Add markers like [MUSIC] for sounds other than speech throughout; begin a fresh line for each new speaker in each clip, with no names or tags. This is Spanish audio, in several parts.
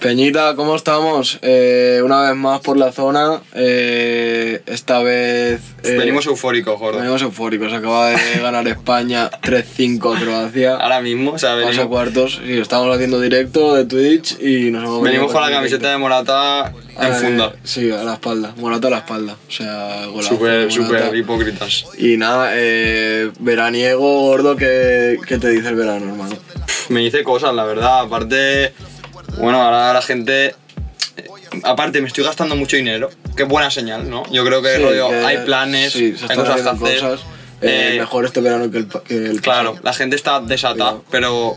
Peñita, ¿cómo estamos? Eh, una vez más por la zona. eh, esta vez. eh,
Venimos eufóricos, gordo.
venimos eufóricos. Acaba
[LAUGHS]
de ganar España 3-5 Croacia.
Ahora mismo, o sea,
Pasa
Ah, venimos,
cuartos. Sí, estamos haciendo directo de Twitch y nos hemos
venimos con la
directo.
camiseta de Morata en
Ah, eh,
funda.
Sí, a la espalda. Morata a la espalda. O sea, golazo.
Súper,
Morata.
súper hipócritas.
Y nada, eh, veraniego gordo, ¿qué, ¿qué te dice el verano, hermano?
Pff, Me dice cosas, la verdad. Aparte, bueno, ahora la gente. eh, Aparte, me estoy gastando mucho dinero. Qué buena señal, ¿no? Yo creo que
Sí,
rollo,
que-
hay planes,
sí, se
hay
están
cosas que
haciendo
hacer.
cosas. Eh,
Eh,
mejor este verano que el, pa- que el
Claro, la gente está desatada, pero.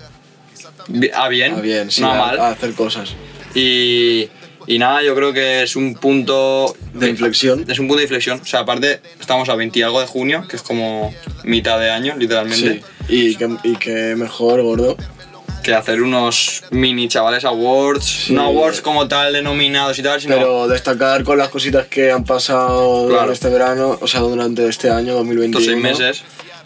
bi- A bien,
pasado. Ah, bien, sí,
no a
a-
mal.
a hacer cosas.
Y, y nada, yo creo que es un punto
De inflexión.
Es un punto de inflexión. O sea, aparte, estamos a 20 y algo de junio, que es como mitad de año,
Sí.
literalmente,
Y que, y que mejor, gordo.
que hacer unos mini chavales awards. No awards como tal, denominados y tal, sino.
Pero destacar con las cositas que han pasado
Claro.
durante este verano, o sea, durante este año 2021.
estos seis meses.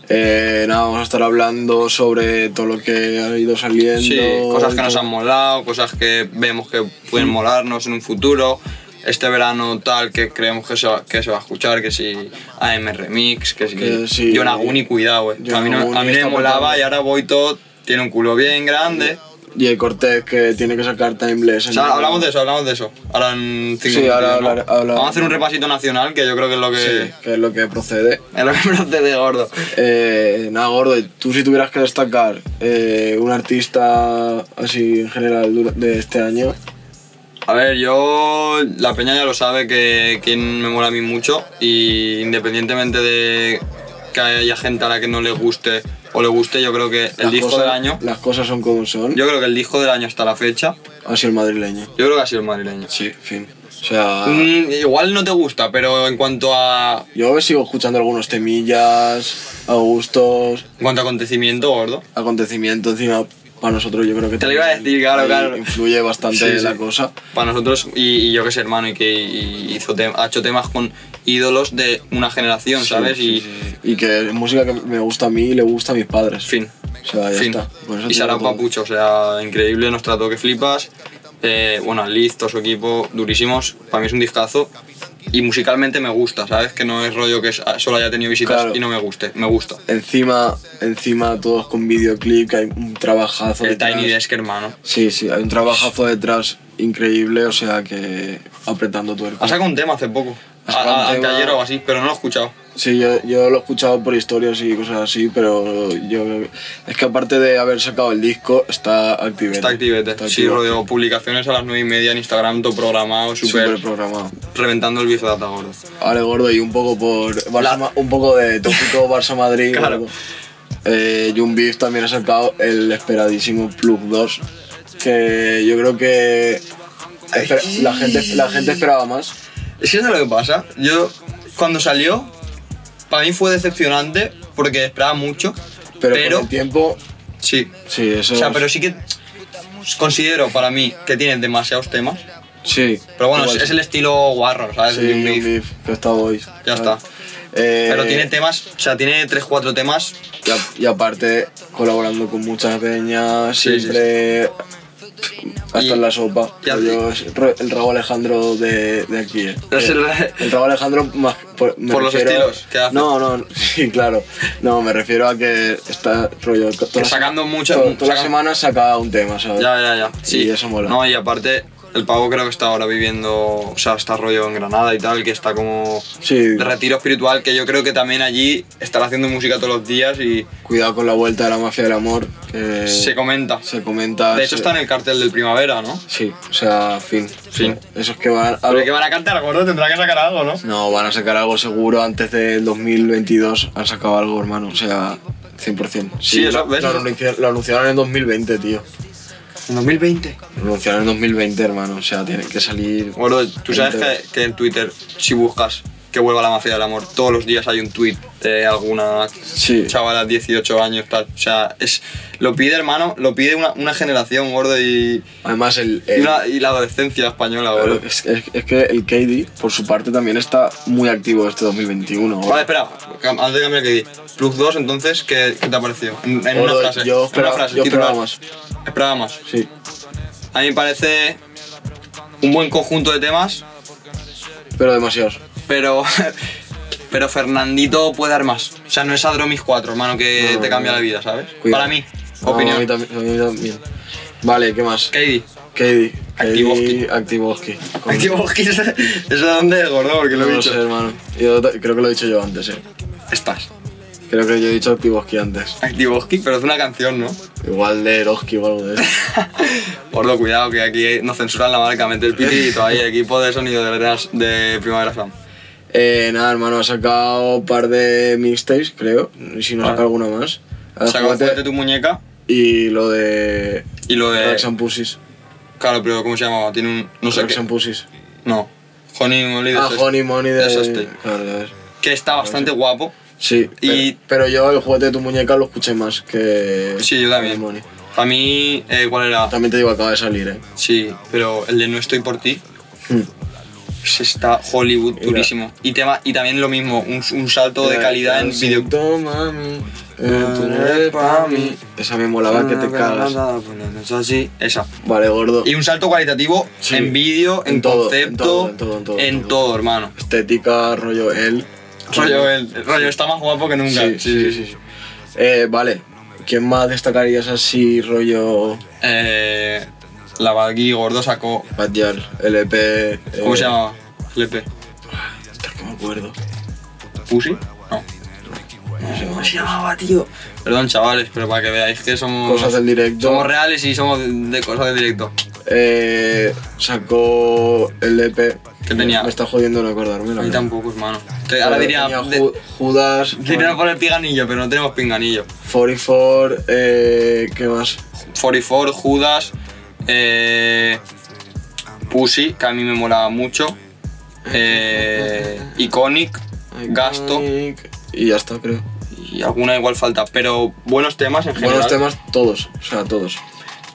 Eh, nada, vamos a estar hablando sobre todo lo que ha ido saliendo.
Sí, cosas que nos
y
han molado, cosas que vemos que pueden molarnos en un futuro. Este verano tal que creemos que se va, que se va a escuchar, que si AM Remix, que si
Que sí.
John Aguni, cuidado, eh.
John
A mí, no- a
Aguni
mí no
está
me molaba
petando.
y ahora Boito tiene un culo bien grande.
Y el Cortés que tiene que sacar Timeless.
O sea, hablamos de eso, hablamos de eso. Ahora en cinco
Sí, ahora
minutos, ¿no?
hablar- hablar-
Vamos a hacer un repasito nacional, que yo creo que es lo que,
Sí, que es lo que procede.
[LAUGHS] es lo que me hace de gordo.
Eh, nada, gordo, y tú si tuvieras que destacar eh, un artista así en general dura- de este año,
A ver, yo, la peña ya lo sabe que quien me mola a mí mucho y independientemente de que haya gente a la que no le guste o le guste, yo creo que el
las
disco
cosas-
del año,
Las cosas son como son,
yo creo que el disco del año hasta la fecha,
ha sido el madrileño.
yo creo que ha sido el madrileño.
Sí, fin. O sea,
Mm, igual no te gusta, pero en cuanto a,
yo sigo escuchando algunos temillas, a gustos,
en cuanto a acontecimiento, gordo.
acontecimientos, encima para nosotros yo creo que
Te lo iba a
también
decir, claro,
ahí
claro.
Influye bastante
Sí, sí.
la cosa.
Para nosotros, y, y yo que sé, hermano, y que y hizo tem- ha hecho temas con ídolos de una generación, ¿sabes?
Sí,
y
sí, sí. Y que es música que me gusta a mí y le gusta a mis padres.
fin.
O sea, ya
fin.
está. Con eso
Y
te
será
digo todo.
papucho, o sea, increíble, nos trató que flipas. Eh, bueno, Liz, todo su equipo, durísimos. Para mí es un discazo. Y musicalmente me gusta, ¿sabes? Que no es rollo que s- solo haya tenido visitas
Claro.
y no me guste, me gusta.
Encima, encima todos con videoclip, que hay un trabajazo
El
detrás.
Tiny Desk, hermano.
Sí, sí, hay un trabajazo detrás increíble, o sea que apretando tu
Ha sacado un tema hace poco,
Ha sacado
a- a-
un tema-
anteayer o así, pero no lo he escuchado.
Sí, yo, yo lo he escuchado por historias y cosas así, pero yo es que aparte de haber sacado el disco, está activete.
Está activete.
Está
Sí,
activate.
rollo, publicaciones a las 9 y media en Instagram, todo programado, súper.
Súper programado.
Reventando el Big Data, gordo.
Vale, gordo, y un poco por Barça
La-
Ma- un poco de tópico Barça Madrid.
Claro.
gordo. Eh, Jun Beef también ha sacado el esperadísimo Plug 2, que yo creo que esper- la gente la gente esperaba más.
Es que es lo que pasa. Yo, cuando salió, para mí fue decepcionante porque esperaba mucho.
Pero,
Pero,
con el tiempo,
sí.
sí, eso.
O sea,
es-
pero sí que considero para mí que tiene demasiados temas.
sí.
Pero bueno, es,
Igual
es el estilo guarro, ¿sabes?
sí,
Jim Reeves.
Young Beef, que está hoy.
Ya
¿sabes?
está.
Eh,
Pero tiene temas, o sea, tiene 3-4 temas.
y, a- y aparte, colaborando con muchas peñas,
Sí, sí,
siempre. Hasta
Y-
en la sopa.
y a-
Rollo, es Ra- el Raúl Alejandro de, de aquí. eh.
[LAUGHS] Es el-
el Raúl Alejandro más. Por, me
Por los
refiero-
estilos que hace.
No, no, [LAUGHS] sí, claro. No, me refiero a que está rollo. toda la-
sacando muchas-
to- Todas las
saca-
semanas saca un tema, ¿sabes?
Ya, ya, ya. Sí.
Y eso mola.
No, y aparte, el pavo creo que está ahora viviendo, o sea, está rollo en Granada y tal, que está como
Sí.
de retiro espiritual, que yo creo que también allí estará haciendo música todos los días y
Cuidado con la vuelta de la mafia del amor. que
se comenta.
se comenta.
De hecho,
se-
está en el cartel del primavera, ¿no?
Sí, o sea, fin.
Fin.
Esos que van a...
Pero que van a cantar, gordo, tendrá que sacar algo, ¿no?
No, van a sacar algo seguro antes del 2022. Han sacado algo, hermano. O sea, 100%.
Sí, eso-
lo,
eso.
lo anunci- lo anunciaron en 2020, tío.
En 2020.
Lo anunciaron en 2020, hermano. O sea, tienen que salir...
Gordo, tú sabes que, que en Twitter, si buscas que vuelva la mafia del amor. Todos los días hay un tweet de alguna
Sí.
chavala 18 años, tal. O sea, es, lo pide, hermano, lo pide una, una generación, gordo, y,
Además, el,
y,
el-
una- y la adolescencia española, gordo.
Pero es, es- es que el KD, por su parte, también está muy activo este 2021. gordo.
Vale, espera, cam- antes de cambiar que di. Plus 2, entonces, ¿qué, qué te ha parecido? En, en una
Gordo,
frase.
yo
en
espera-
una frase,
yo
titular.
esperaba más.
Esperaba más.
Sí.
A mí me parece un buen conjunto de temas,
Pero demasiados.
pero. [LAUGHS] Pero Fernandito puede dar más. O sea, no es Adromis 4, hermano, que
No,
te cambia
no.
la vida, ¿sabes?
Cuidado.
Para mí,
No,
opinión.
a mí también- a mí también. Vale, ¿qué más?
Katie.
KD.
Activoski.
KD, Activoski. Con-
Activoski, [LAUGHS] ¿eso de dónde es, gordo? Porque lo
No
he
lo sé,
dicho.
hermano. Yo ta- creo que lo he dicho yo antes, eh.
Estás.
Creo que yo he dicho Activoski antes.
Activoski, pero es una canción, ¿no?
Igual de Eroski o algo de
[LAUGHS]
eso.
Gordo, cuidado, que aquí nos censuran la marca, mete el piti y todavía equipo de sonido de, Verás- de Primavera Sound.
Eh, nada, hermano, ha sacado un par de mixtapes, creo. Y si no
Vale.
saca alguna más. Ahora,
Saca un
Juguete
juguete tu muñeca
Y lo de.
y lo de.
Racks and Pussies.
Claro, pero ¿cómo se llamaba? Tiene un. No sé
Racks
qué.
and Pussies.
No. Honey Molly de
Ah,
Sest-
Honey Money de.
de Sesti.
Claro, ya ves.
Que está bastante guapo.
Sí.
Y-
Y... Pero, yo el juguete de tu muñeca lo escuché más que.
Sí, yo también.
Honey Money.
A mí, eh, ¿cuál era?
También te digo, acaba de salir, eh.
Sí, pero el de No estoy por ti
Hmm.
se está Hollywood
Mira.
durísimo. Y, tema, y también lo mismo, un, un salto de calidad en video.
Siento, mami, eh, tú no eres pa' mí. Esa me molaba que te cagas.
pues, Esa.
Vale, gordo.
Y un salto cualitativo
Sí.
en vídeo, en,
En todo, en
concepto,
todo, en todo, en todo, en todo.
todo, hermano.
Estética, rollo él.
Rollo, el, rollo está más guapo que nunca.
Sí, sí, sí. sí, sí. Eh, vale. ¿Quién más destacarías así, rollo
Eh, la Bagui Gordo sacó.
Bad Yard, LP?
¿Cómo
eh,
se llamaba? LP.
hostia, que me acuerdo.
¿Pussy? No. ¿Cómo se llamaba, tío? Perdón, chavales, pero para que veáis que somos.
Cosas del directo.
Mm. Somos reales y somos de cosas del directo.
Eh, sacó el EP.
¿Qué tenía?
Me está jodiendo no acordarme. la
A mí
verdad.
tampoco, hermano. Te-
Pero
ahora diría.
tenía
de-
Ju- Judas,
Diría por el pinganillo, pero no tenemos pinganillo.
44, eh, ¿qué más?
44, Judas, eh, Pussy, que a mí me molaba mucho, eh, Iconic, Gasto
Y ya está, creo.
y alguna igual falta, pero buenos temas en general.
Buenos temas todos, o sea, todos.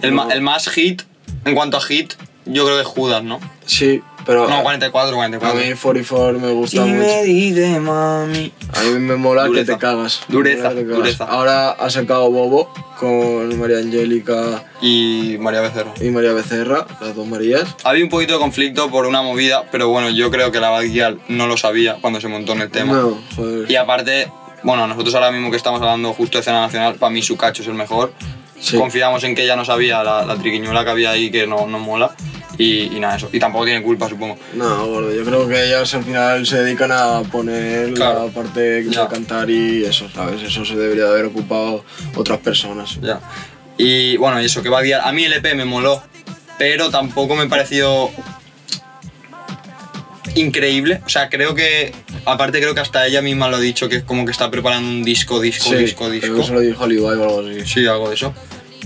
El, ma-
No.
el más hit, en cuanto a hit, yo creo que es Judas, ¿no?
Sí, pero
No,
a,
44,
Ah, a
44.
mí 44 me gusta mucho.
dice mami.
A mí me mola
Dureza.
que te cagas. Me
Dureza,
mola que te cagas.
dureza.
Ahora ha sacado Bobo con María Angélica
Y María Becerra.
y María Becerra, las dos Marías.
Había un poquito de conflicto por una movida, pero bueno, yo creo que la Badguial no lo sabía cuando se montó en el tema.
No, joder.
Y aparte, bueno, nosotros ahora mismo que estamos hablando justo de escena nacional, para mí su cacho es el mejor.
Sí.
Confiamos en que ella no sabía la, la triquiñuela que había ahí que no, no mola. Y, y nada, eso. Y tampoco tiene culpa, supongo.
No, gordo, yo creo que ellas al final se dedican a poner
Claro.
la parte de
Ya.
cantar y eso, ¿sabes? Eso se debería haber ocupado otras personas.
Ya. Y bueno, y eso, que va a guiar. A mí el EP me moló, pero tampoco me pareció increíble. O sea, creo que. Aparte, creo que hasta ella misma lo ha dicho, que es como que está preparando un disco, disco, disco,
creo
disco.
que se lo dijo Levi o algo así.
Sí, algo de eso.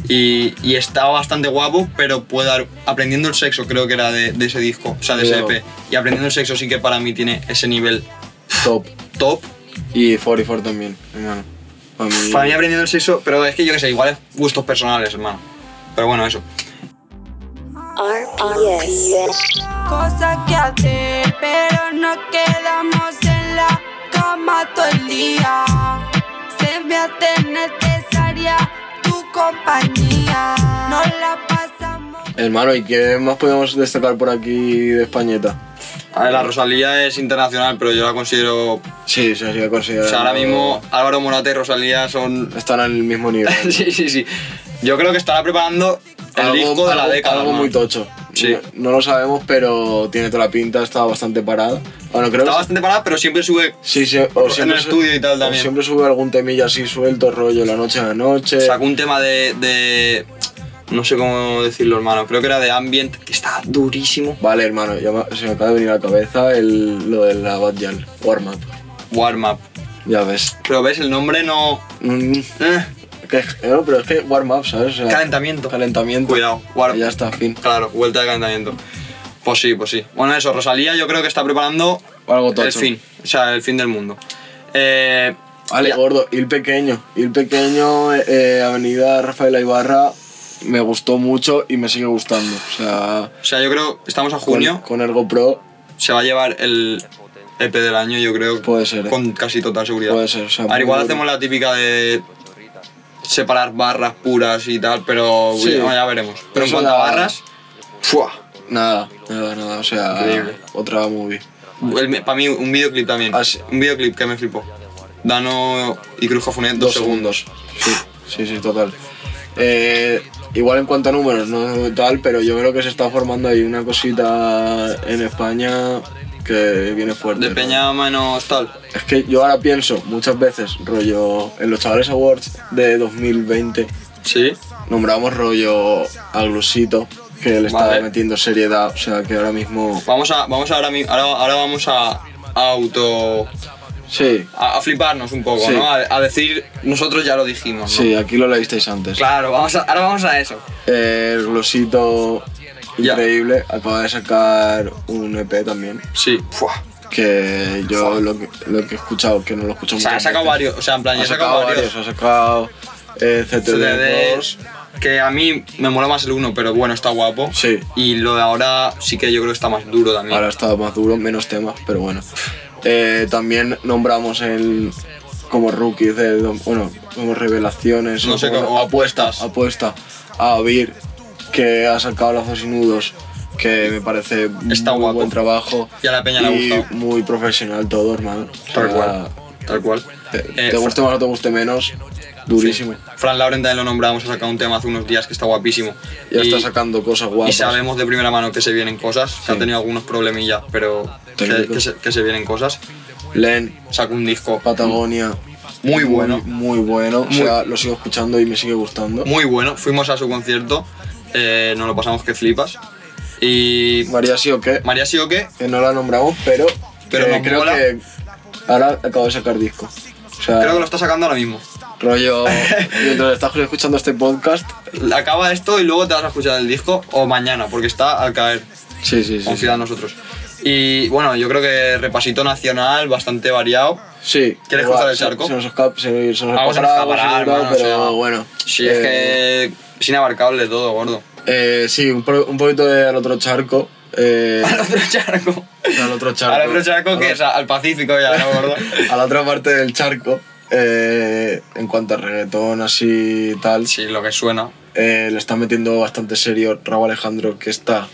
Y, y estaba bastante guapo, pero puede dar. Aprendiendo el sexo, creo que era de, de ese disco, o sea, de ese
Cuidado.
EP. Y aprendiendo el sexo sí que para mí tiene ese nivel
Top.
top.
Y 44 también, hermano. Para mí,
Para mí, aprendiendo el sexo, pero es que yo qué sé, igual es gustos personales, hermano. Pero bueno, eso.
RPS.
cosas que hacer, pero nos quedamos en la cama todo el día. Se me hace necesaria tu compañía, nos la pasamos.
Hermano, ¿y qué más podemos destacar por aquí de Españeta?
A ver, la Rosalía es internacional, pero yo la considero.
Sí, se ha
O
considerado.
sea, ahora mismo Álvaro Morata y Rosalía son. [LAUGHS]
Están al mismo nivel. ¿no?
sí, sí, sí. Yo creo que estará preparando el
Algo-
disco de la
algo-
década.
Algo
hermano.
muy tocho.
Sí.
No, no lo sabemos, pero tiene toda la pinta, está bastante parada. Bueno, creo
Está
que-
bastante parada, pero siempre sube
Sí, sí, o
en
siempre
el
su-
estudio y tal
o
también.
siempre sube algún temilla así suelto, rollo la noche a la noche.
sacó un tema de, de- No sé cómo decirlo, hermano. Creo que era de Ambient, que está durísimo.
Vale, hermano, ya me- se me acaba de venir a la cabeza el, lo de la Batjal, Warm Up.
Warm Up.
Ya ves.
Pero ves, el nombre no.
Mm,
eh,
que es- no, pero es que Warm Up, ¿sabes? O sea,
calentamiento.
Eh, Calentamiento.
Cuidado, warm-
Ya está, fin.
Claro, vuelta de calentamiento. Pues sí, pues sí. Bueno, eso, Rosalía yo creo que está preparando
O algo tocho.
el fin, o sea, el fin del mundo. Eh,
Vale,
ya-
gordo, Ir Pequeño. Ir Pequeño, eh, eh, Avenida Rafael Ibarra, me gustó mucho y me sigue gustando. O sea,
o sea, yo creo, estamos a
con-
junio,
Con, el GoPro
se va a llevar el EP del año, yo creo.
Puede ser, eh.
Con casi total seguridad.
Puede ser, o sea,
Al
muy
igual
duro.
hacemos la típica de separar barras puras y tal, pero
Sí.
bueno, ya veremos. Pero, en
Eso
cuanto a
la-
barras, ¡fua!
nada, nada, nada. O sea,
Increíble.
otra movie.
Para mí, un videoclip también.
Ah, sí.
Un videoclip que me flipó. Dano y Cruz Cafunet,
Dos
dos, segundos.
segundos. Sí, sí, sí, total. Eh, igual en cuanto a números, no tal, pero yo creo que se está formando ahí una cosita en España que viene fuerte.
De
¿no?
Peña menos tal.
Es que yo ahora pienso muchas veces, rollo, en los Chavales Awards de 2020,
Sí.
nombramos rollo al Glusito, que le estaba
Vale.
metiendo seriedad, o sea que ahora mismo...
Vamos a, vamos ahora, mi- ahora, ahora vamos a, a auto.
Sí,
A, a fliparnos un poco,
Sí.
¿no? A, a decir, nosotros ya lo dijimos, ¿no?
sí, aquí lo leísteis antes.
Claro, vamos a- ahora vamos a eso.
El Glosito,
Ya.
increíble, acaba de sacar un EP también,
Sí. Fua.
que yo lo que, lo que he escuchado, que no lo escucho
O sea, ha
muchas
sacado
veces.
varios. O sea, en plan, ya
Ha
ha sacado varios.
ha sacado eh,
CDD,
CTD2,
que a mí me mola más el uno, pero bueno, está guapo.
Sí.
Y lo de ahora sí que yo creo que está más duro también.
Ahora está más duro, menos temas, pero bueno. Eh, también nombramos el como rookies del bueno, como revelaciones
No sé,
como-
o apuestas.
apuesta a Vir que ha sacado lazos y nudos que me parece
Está
muy
guapo.
buen trabajo
Y a la peña le ha
y
gustado.
muy profesional todo hermano
Tal
O sea,
cual. Tal cual.
te,
Eh,
te guste más o te guste menos durísimo
Fran Lauren también lo nombramos, ha sacado un tema hace unos días que está guapísimo.
ya
Y-
está sacando cosas guapas
Y sabemos de primera mano que se vienen cosas, que ha tenido algunos problemillas, pero que,
Técnicos.
que se, que se vienen cosas.
Len
Saca un disco
Patagonia
muy bueno,
muy, bueno o sea lo sigo escuchando y me sigue gustando
muy bueno. Fuimos a su concierto, eh, nos lo pasamos que flipas. Y
María sí o qué
María Sioque,
que no la nombramos, pero,
Pero
que
nos
creo
mola.
que ahora acabo de sacar disco. O sea,
creo que lo está sacando ahora mismo. [LAUGHS]
rollo, mientras estás escuchando este podcast,
Acaba esto y luego te vas a escuchar el disco o mañana, porque está al caer.
sí, sí, sí. Sí,
Confía en nosotros. Y bueno, yo creo que repasito nacional, bastante variado.
Sí,
¿Quieres
igual,
cruzar el
se-
charco?
Se nos escapa, se, se nos
Vamos a
escapará,
escapar,
seguro,
hermano,
pero
o sea,
bueno. eh.
Sí, es que es inabarcable todo, gordo. [LAUGHS]
que... eh, sí, un, po- un poquito de al otro charco.
[LAUGHS]
eh,
Al otro charco.
al otro charco.
Al otro charco
Al-
que es al Pacífico ya, ¿no, gordo?
a la otra parte del charco. eh, en cuanto a reggaetón así y tal,
[LAUGHS] Sí, lo que suena.
eh, le está metiendo bastante serio Raúl Alejandro, que está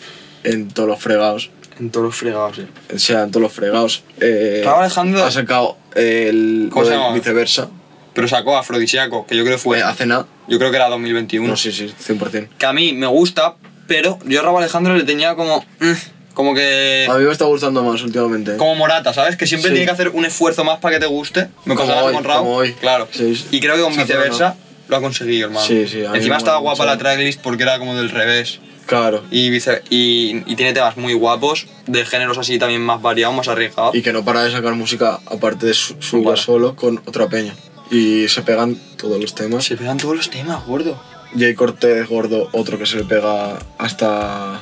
en todos los fregados.
En todos los fregados, sí.
O sea, en todos los fregados. Eh,
Raúl Alejandro.
Ha sacado el.
¿Cómo
lo
se
del
llama?
viceversa.
Pero sacó Afrodisiaco, que yo creo que fue.
Eh, hace nada.
Yo creo que era 2021.
No, sí, sí, 100%.
Que a mí me gusta, pero yo a Rabo Alejandro le tenía como. mm, Como que.
A mí me está gustando más últimamente. eh.
Como Morata, ¿sabes? Que siempre
Sí.
tiene que hacer un esfuerzo más para que te guste. Me
Como
pasaba
hoy,
con Raúl.
como hoy.
Claro.
Sí, sí.
Y creo que con
Sí, pero
viceversa lo ha conseguido, hermano.
Sí, sí, a mí
Encima
me
estaba
mola
guapa
mucho.
la tracklist porque era como del revés.
Claro.
Y, vice- y, y tiene temas muy guapos, de géneros así también más variados, más arriesgados.
Y que no para de sacar música aparte de su, su
Vale.
solo con otra peña. Y se pegan todos los temas.
Se pegan todos los temas, gordo.
Jay Cortez gordo, otro que se le pega
[LAUGHS]
hasta.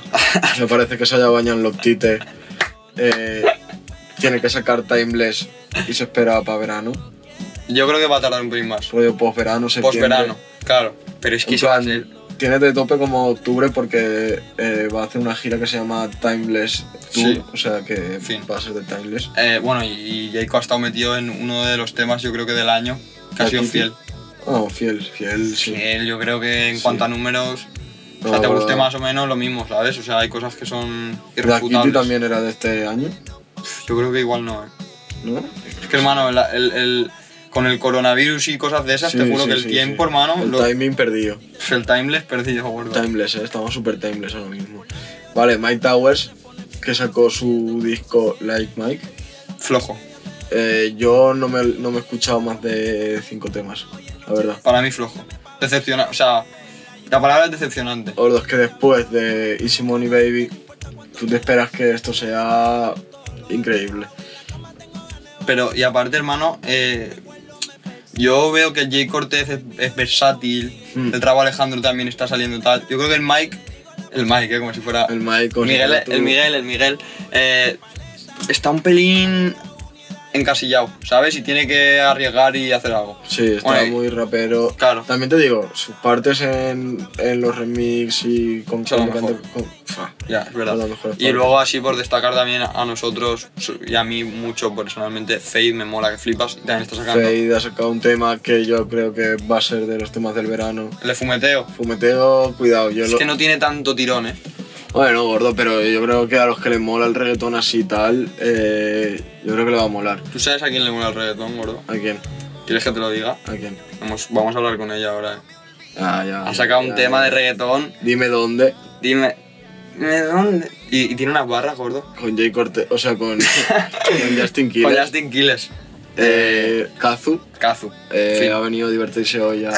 me parece que se haya bañado en Loctite. Eh, tiene que sacar Timeless y se espera para verano.
Yo creo que va a tardar un pelín más.
Rollo post-verano, septiembre.
Post-verano, claro. Pero es que
En
eso va a
plan,
ser-
Tiene de tope como octubre porque eh, va a hacer una gira que se llama Timeless Tour,
Sí.
o sea que
Fin.
va a ser de Timeless.
Eh, bueno, y, y Jayco ha estado metido en uno de los temas, yo creo que del año, que ha
¿La
sido
Titi?
fiel.
Oh, fiel, fiel, sí.
Fiel, yo creo que en
Sí.
cuanto a números, o sea,
No,
te guste
no.
más o menos lo mismo, ¿sabes? O sea, hay cosas que son
La Kitty
irrefutables.
también era de este año,
Yo creo que igual no, ¿eh?
¿no?
Es que, hermano, la- el- el- con el coronavirus y cosas de esas,
Sí,
te juro
sí,
que el
sí,
tiempo,
sí.
hermano,
El
lo-
timing perdido.
el timeless perdido, gordo.
Timeless, eh, estamos súper timeless ahora mismo. Vale, Mike Towers, que sacó su disco Like Mike.
Flojo.
Eh, yo no me, no me he escuchado más de cinco temas, la verdad.
Para mí, flojo. Decepcionante. O sea, la palabra es decepcionante.
O los que después de Easy Money Baby, tú te esperas que esto sea increíble.
Pero, y aparte, hermano, eh, yo veo que Jay Cortez es, es versátil,
Mm.
el Trabo Alejandro también está saliendo tal. Yo creo que el Mike el Mike, eh, como si fuera.
El Mike, como si
Miguel,
fuera tú.
El Miguel, el Miguel. eh, está un pelín encasillado, ¿sabes? Y tiene que arriesgar y hacer algo.
Sí, está
Bueno, y-
muy rapero.
Claro.
También te digo, sus partes en, en los remix y con...
Son lo
con-
mejor.
con- fa,
Ya, es verdad.
son las mejores
Y
partes.
luego así por destacar también a nosotros su- y a mí mucho personalmente, Fade me mola que flipas, y también está sacando
Fade ha sacado un tema que yo creo que va a ser de los temas del verano.
Le fumeteo.
Fumeteo, cuidado, yo
Es
lo-
que no tiene tanto tirón, ¿eh?
Bueno, gordo, pero yo creo que a los que les mola el reggaetón así y tal, eh, yo creo que le va a molar.
¿Tú sabes a quién le mola el reggaetón, gordo?
¿A quién?
¿Quieres que te lo diga?
¿A quién?
Vamos, vamos a hablar con ella ahora, ¿eh?
Ah, ya.
Ha sacado un
ya,
tema
ya.
de reggaetón,
Dime dónde.
dime... ¿De dónde? Y, y tiene unas barras, gordo.
Con Jay Cortez, o sea, con, [LAUGHS] con Justin Quiles.
Con Justin Quiles.
Eh, Kazu.
Kazu.
eh,
Fin.
ha venido a divertirse hoy a-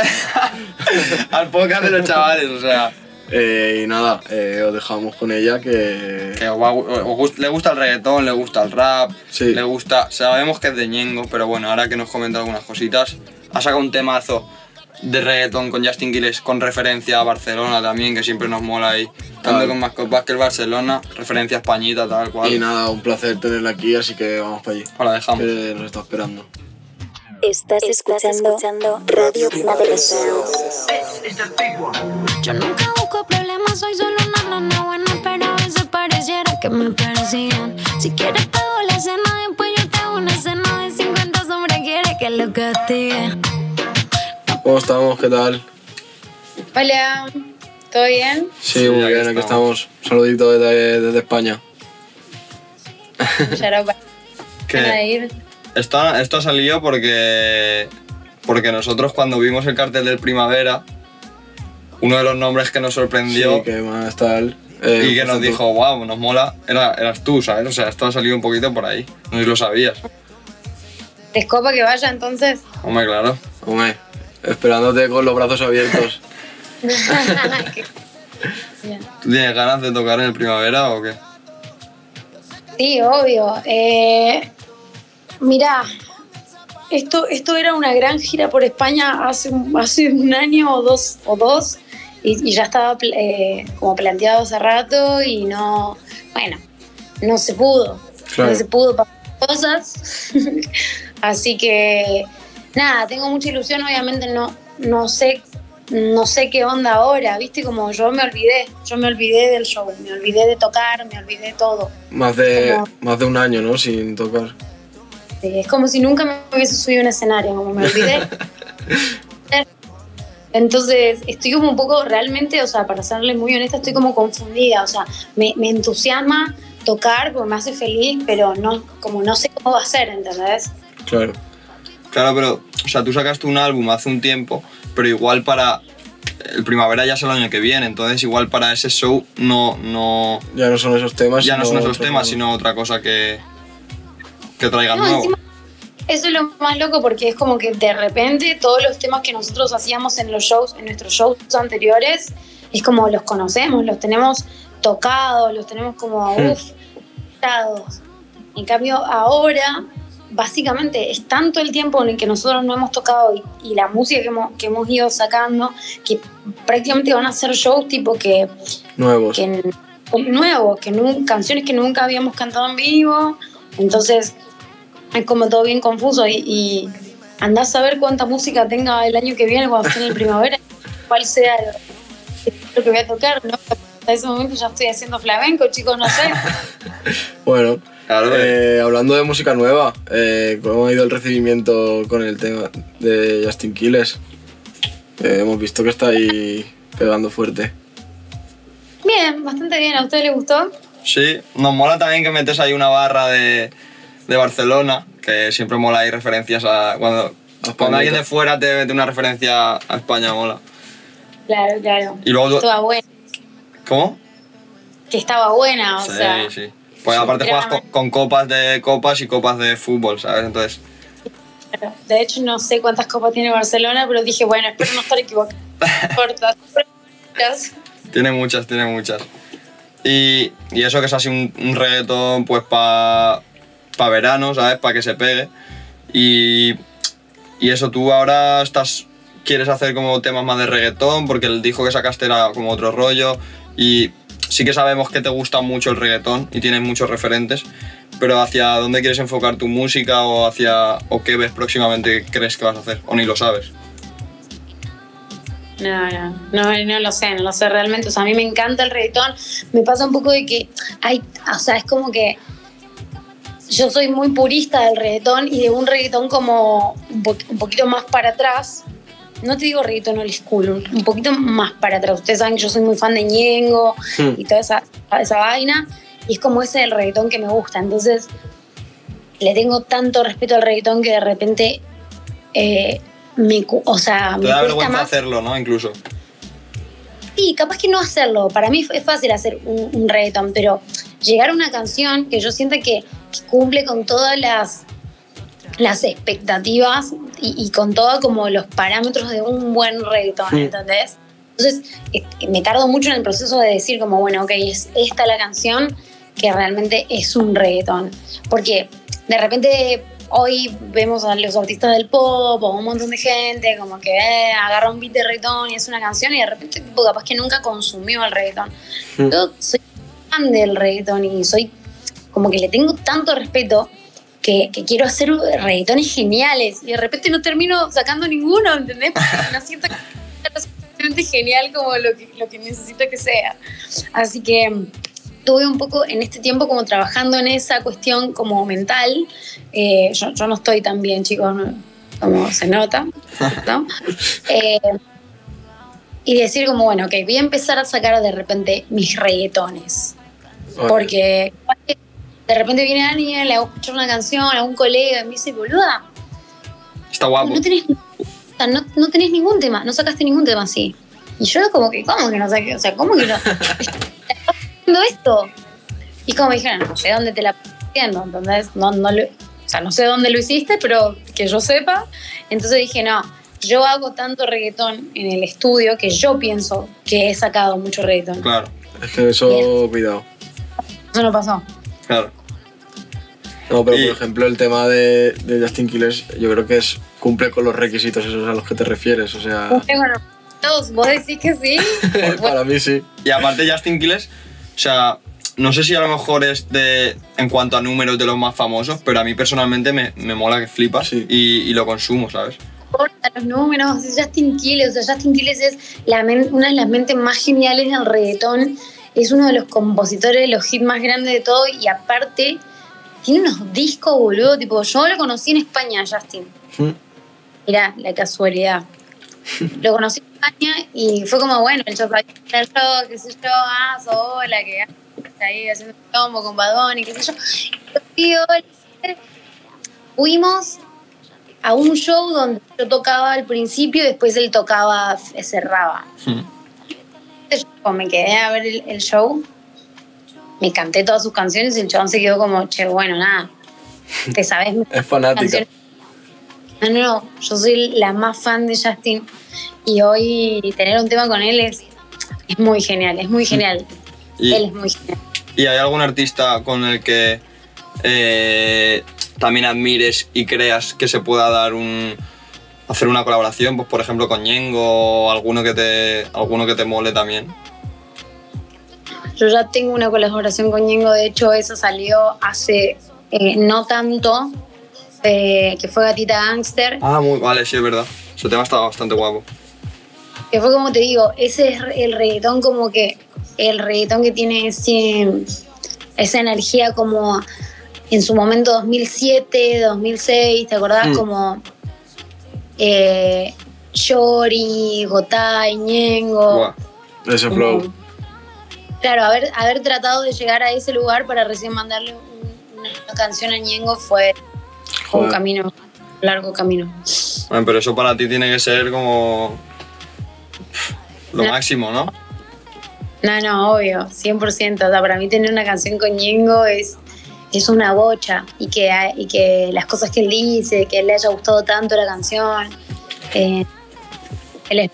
[LAUGHS] Al podcast de los chavales, o sea...
Eh, y nada, eh, os dejamos con ella que...
que o va- o- o gust- le gusta el reggaetón, le gusta el rap,
Sí.
le gusta. Sabemos que es de Ñengo, pero bueno, ahora que nos comenta algunas cositas, ha sacado un temazo de reggaetón con Justin Quiles con referencia a Barcelona también, que siempre nos mola ahí. Tanto
Claro.
con más copas que el Barcelona, referencia a Españita, tal cual.
Y nada, un placer tenerla aquí, así que vamos para allí.
Ahora dejamos.
Que nos está esperando.
Estás escuchando Radio Primavera Sound.
Yo nunca busco problemas, soy solo una rana buena, pero a veces pareciera que me persigan. Si quieres pago la cena, después yo te hago una cena de 50 sombras, quiere que lo castigue.
¿Cómo estamos? ¿Qué tal?
Hola, ¿todo bien?
Sí,
Sí,
muy
aquí
bien, aquí
estamos.
estamos. Un saludito desde, desde España.
Ya era para
Que-
ir.
Esta- esto ha salido porque, porque nosotros cuando vimos el cartel del Primavera, uno de los nombres que nos sorprendió
Sí, que más tal. eh,
y que nos
justo tú.
dijo, wow, nos mola, era, eras tú, ¿sabes? O sea, esto ha salido un poquito por ahí, no sé si lo sabías.
¿Les copa que vaya entonces?
Hombre, claro.
Hombre, esperándote con los brazos
[LAUGHS]
abiertos.
¿Tú tienes ganas de tocar en el primavera o qué?
sí, obvio. Eh, mirá, esto, esto era una gran gira por España hace, un- hace un año o dos, o dos y, y ya estaba pl- eh, como planteado hace rato y no, bueno, no se pudo.
Claro.
No se pudo para cosas. [LAUGHS] Así que, nada, tengo mucha ilusión, obviamente no, no sé. No sé qué onda ahora, viste, como yo me olvidé, yo me olvidé del show, me olvidé de tocar, me olvidé de todo.
Más de,
Como-
más de un año, ¿no? Sin tocar.
Sí, Este, es como si nunca me hubiese subido a un escenario, como me olvidé. Entonces, estoy como un poco realmente, o sea, para serle muy honesta, estoy como confundida. O sea, me, me entusiasma tocar porque me hace feliz, pero no, como no sé cómo va a ser, ¿entendés?
Claro.
Claro, pero, o sea, tú sacaste un álbum hace un tiempo, pero igual para... El primavera ya es el año que viene, entonces igual para ese show no, no,
Ya no son esos temas.
ya no son
sino
esos
otro
temas,
tema.
sino otra cosa que, que traigan
No,
nuevo.
encima, eso es lo más loco porque es como que de repente todos los temas que nosotros hacíamos en los shows, en nuestros shows anteriores, es como los conocemos, los tenemos tocados, los tenemos como,
Hmm.
uff, tocados. En cambio, ahora, básicamente, es tanto el tiempo en el que nosotros no hemos tocado y, y la música que hemos, que hemos ido sacando, que prácticamente van a ser shows tipo que
Nuevos.
que n- nuevos, que nun- canciones que nunca habíamos cantado en vivo. Entonces, es como todo bien confuso y, y andás a ver cuánta música tenga el año que viene cuando esté en el primavera, [LAUGHS] cuál sea lo- lo que voy a tocar, ¿no? Hasta ese momento ya estoy haciendo flamenco, chicos, no
[LAUGHS]
sé.
Bueno,
Claro,
eh, hablando de música nueva, eh, ¿cómo ha ido el recibimiento con el tema de Justin Quiles? Eh, hemos visto que está ahí pegando fuerte.
Bien, bastante bien, ¿a usted le gustó?
Sí, nos mola también que metes ahí una barra de, de Barcelona, que siempre mola ahí referencias a... Cuando,
España.
cuando alguien de fuera te mete una referencia a España, mola.
Claro, claro.
Y luego...
Estaba buena,
¿Cómo?
que estaba buena, o
sí,
sea.
sí. Pues aparte juegas con, con copas de copas y copas de fútbol, ¿sabes? Entonces,
Claro. De hecho, no sé cuántas copas tiene Barcelona, pero dije, bueno, espero no estar
[LAUGHS]
equivocada. No importa.
tiene muchas, tiene muchas. Y, y eso que es así un, un reggaetón, pues para pa verano, ¿sabes? Para que se pegue. Y, y eso tú ahora estás quieres hacer como temas más de reggaetón, porque el disco que sacaste era como otro rollo. Y sí que sabemos que te gusta mucho el reggaetón y tienes muchos referentes, pero ¿hacia dónde quieres enfocar tu música o hacia o qué ves próximamente que crees que vas a hacer? O ni lo sabes.
No, no, no, no lo sé, no lo sé realmente. O sea, a mí me encanta el reggaetón. Me pasa un poco de que hay, o sea, es como que yo soy muy purista del reggaetón y de un reggaetón como un, po- un poquito más para atrás. No te digo reggaetón old school, un- un poquito más para atrás. Ustedes saben que yo soy muy fan de Ñengo
Hmm.
y toda esa, esa vaina. Y es como ese el reggaetón que me gusta. Entonces, le tengo tanto respeto al reggaetón que de repente eh, me, cu- o sea,
Te
me
da
cuesta
vergüenza
más
hacerlo, ¿no? Incluso.
Sí, capaz que no hacerlo. Para mí es fácil hacer un, un reggaetón, pero llegar a una canción que yo sienta que, que cumple con todas las, las expectativas y, y con todo como los parámetros de un buen reggaetón,
Sí.
¿entendés? Entonces eh, me tardo mucho en el proceso de decir como, bueno, ok, es esta la canción que realmente es un reggaetón. Porque de repente hoy vemos a los artistas del pop o un montón de gente como que eh, agarra un beat de reggaetón y hace una canción y de repente tipo capaz que nunca consumió el reggaetón.
Mm.
Yo soy fan del reggaetón y soy como que le tengo tanto respeto que, que quiero hacer reggaetones geniales y de repente no termino sacando ninguno, ¿entendés? Porque no siento que sea lo suficientemente genial como lo que, lo que necesito que sea. Así que mm, estuve un poco en este tiempo como trabajando en esa cuestión como mental. Eh, yo, yo no estoy tan bien, chicos, no- como se nota, ¿no? Eh, y decir como, bueno, ok, voy a empezar a sacar de repente mis reggaetones. Porque de repente viene alguien, le hago escuchar una canción a un colega y me dice, boluda,
Está guapo.
no tenés, o sea, no, no tenés ningún tema, no sacaste ningún tema así. Y yo como que, ¿cómo que no saqué? O sea, ¿cómo que no? ¿Estás haciendo esto? Y como me dijeron, no sé dónde te la haciendo, ¿entendés? No, no lo- o sea, no sé dónde lo hiciste, pero que yo sepa. Entonces dije, no, yo hago tanto reggaetón en el estudio que yo pienso que he sacado mucho reggaetón.
Claro,
Es que eso, cuidado.
Eso no pasó.
claro.
No, pero
Y-
por ejemplo, el tema de, de Justin Quiles, yo creo que es cumple con los requisitos esos a los que te refieres. O sea,
Bueno, todos, vos decís que sí.
[LAUGHS] para mí sí.
Y aparte Justin Quiles, o sea, no sé si a lo mejor es de, en cuanto a números de los más famosos, pero a mí personalmente me, me mola que flipas
Sí.
y, y lo consumo, ¿sabes?
importa los números, es Justin Quiles, o sea, Justin Quiles es la men- una de las mentes más geniales del reggaetón, es uno de los compositores de los hits más grandes de todo y aparte tiene unos discos, boludo, tipo, yo lo conocí en España, Justin.
Mm.
Mirá, la casualidad. Lo conocí en España y fue como, bueno, el chofer del rock, qué sé yo, ah, so, hola, que está ahí haciendo un tombo con Badón y qué sé yo. Y, hola, fuimos a un show donde yo tocaba al principio y después él tocaba, f- cerraba.
Mm.
Yo me quedé a ver el, el show, me canté todas sus canciones y el chabón se quedó como, che, bueno, nada, te sabes mis
Es fanática.
canciones. No, no, no, yo soy la más fan de Justin y hoy tener un tema con él es, es muy genial, es muy genial.
Y,
Él es muy genial.
¿y hay algún artista con el que eh, también admires y creas que se pueda dar un... hacer una colaboración, pues por ejemplo con Ñengo o alguno que te, alguno que te mole también?
Yo ya tengo una colaboración con Ñengo, de hecho esa salió hace eh, no tanto, eh, que fue Gatita Gangster,
Ah, muy... Vale, sí, es verdad. Ese tema estaba bastante guapo.
que fue como te digo, ese es el reggaetón como que, el reggaetón que tiene ese, esa energía como en su momento 2007, 2006, ¿te acordás?
Mm.
Como eh, Yori, Gotay, Ñengo.
Buah.
Ese flow.
Claro, haber, haber tratado de llegar a ese lugar para recién mandarle un- una canción a Ñengo fue un
Joder.
camino, largo camino.
Bueno, pero eso para ti tiene que ser como lo
Ya.
máximo, ¿no?
No, no, obvio, 100%. O sea, para mí tener una canción con Ñengo es, es una bocha y que, hay- y que las cosas que él dice, que le haya gustado tanto la canción. eh, él es-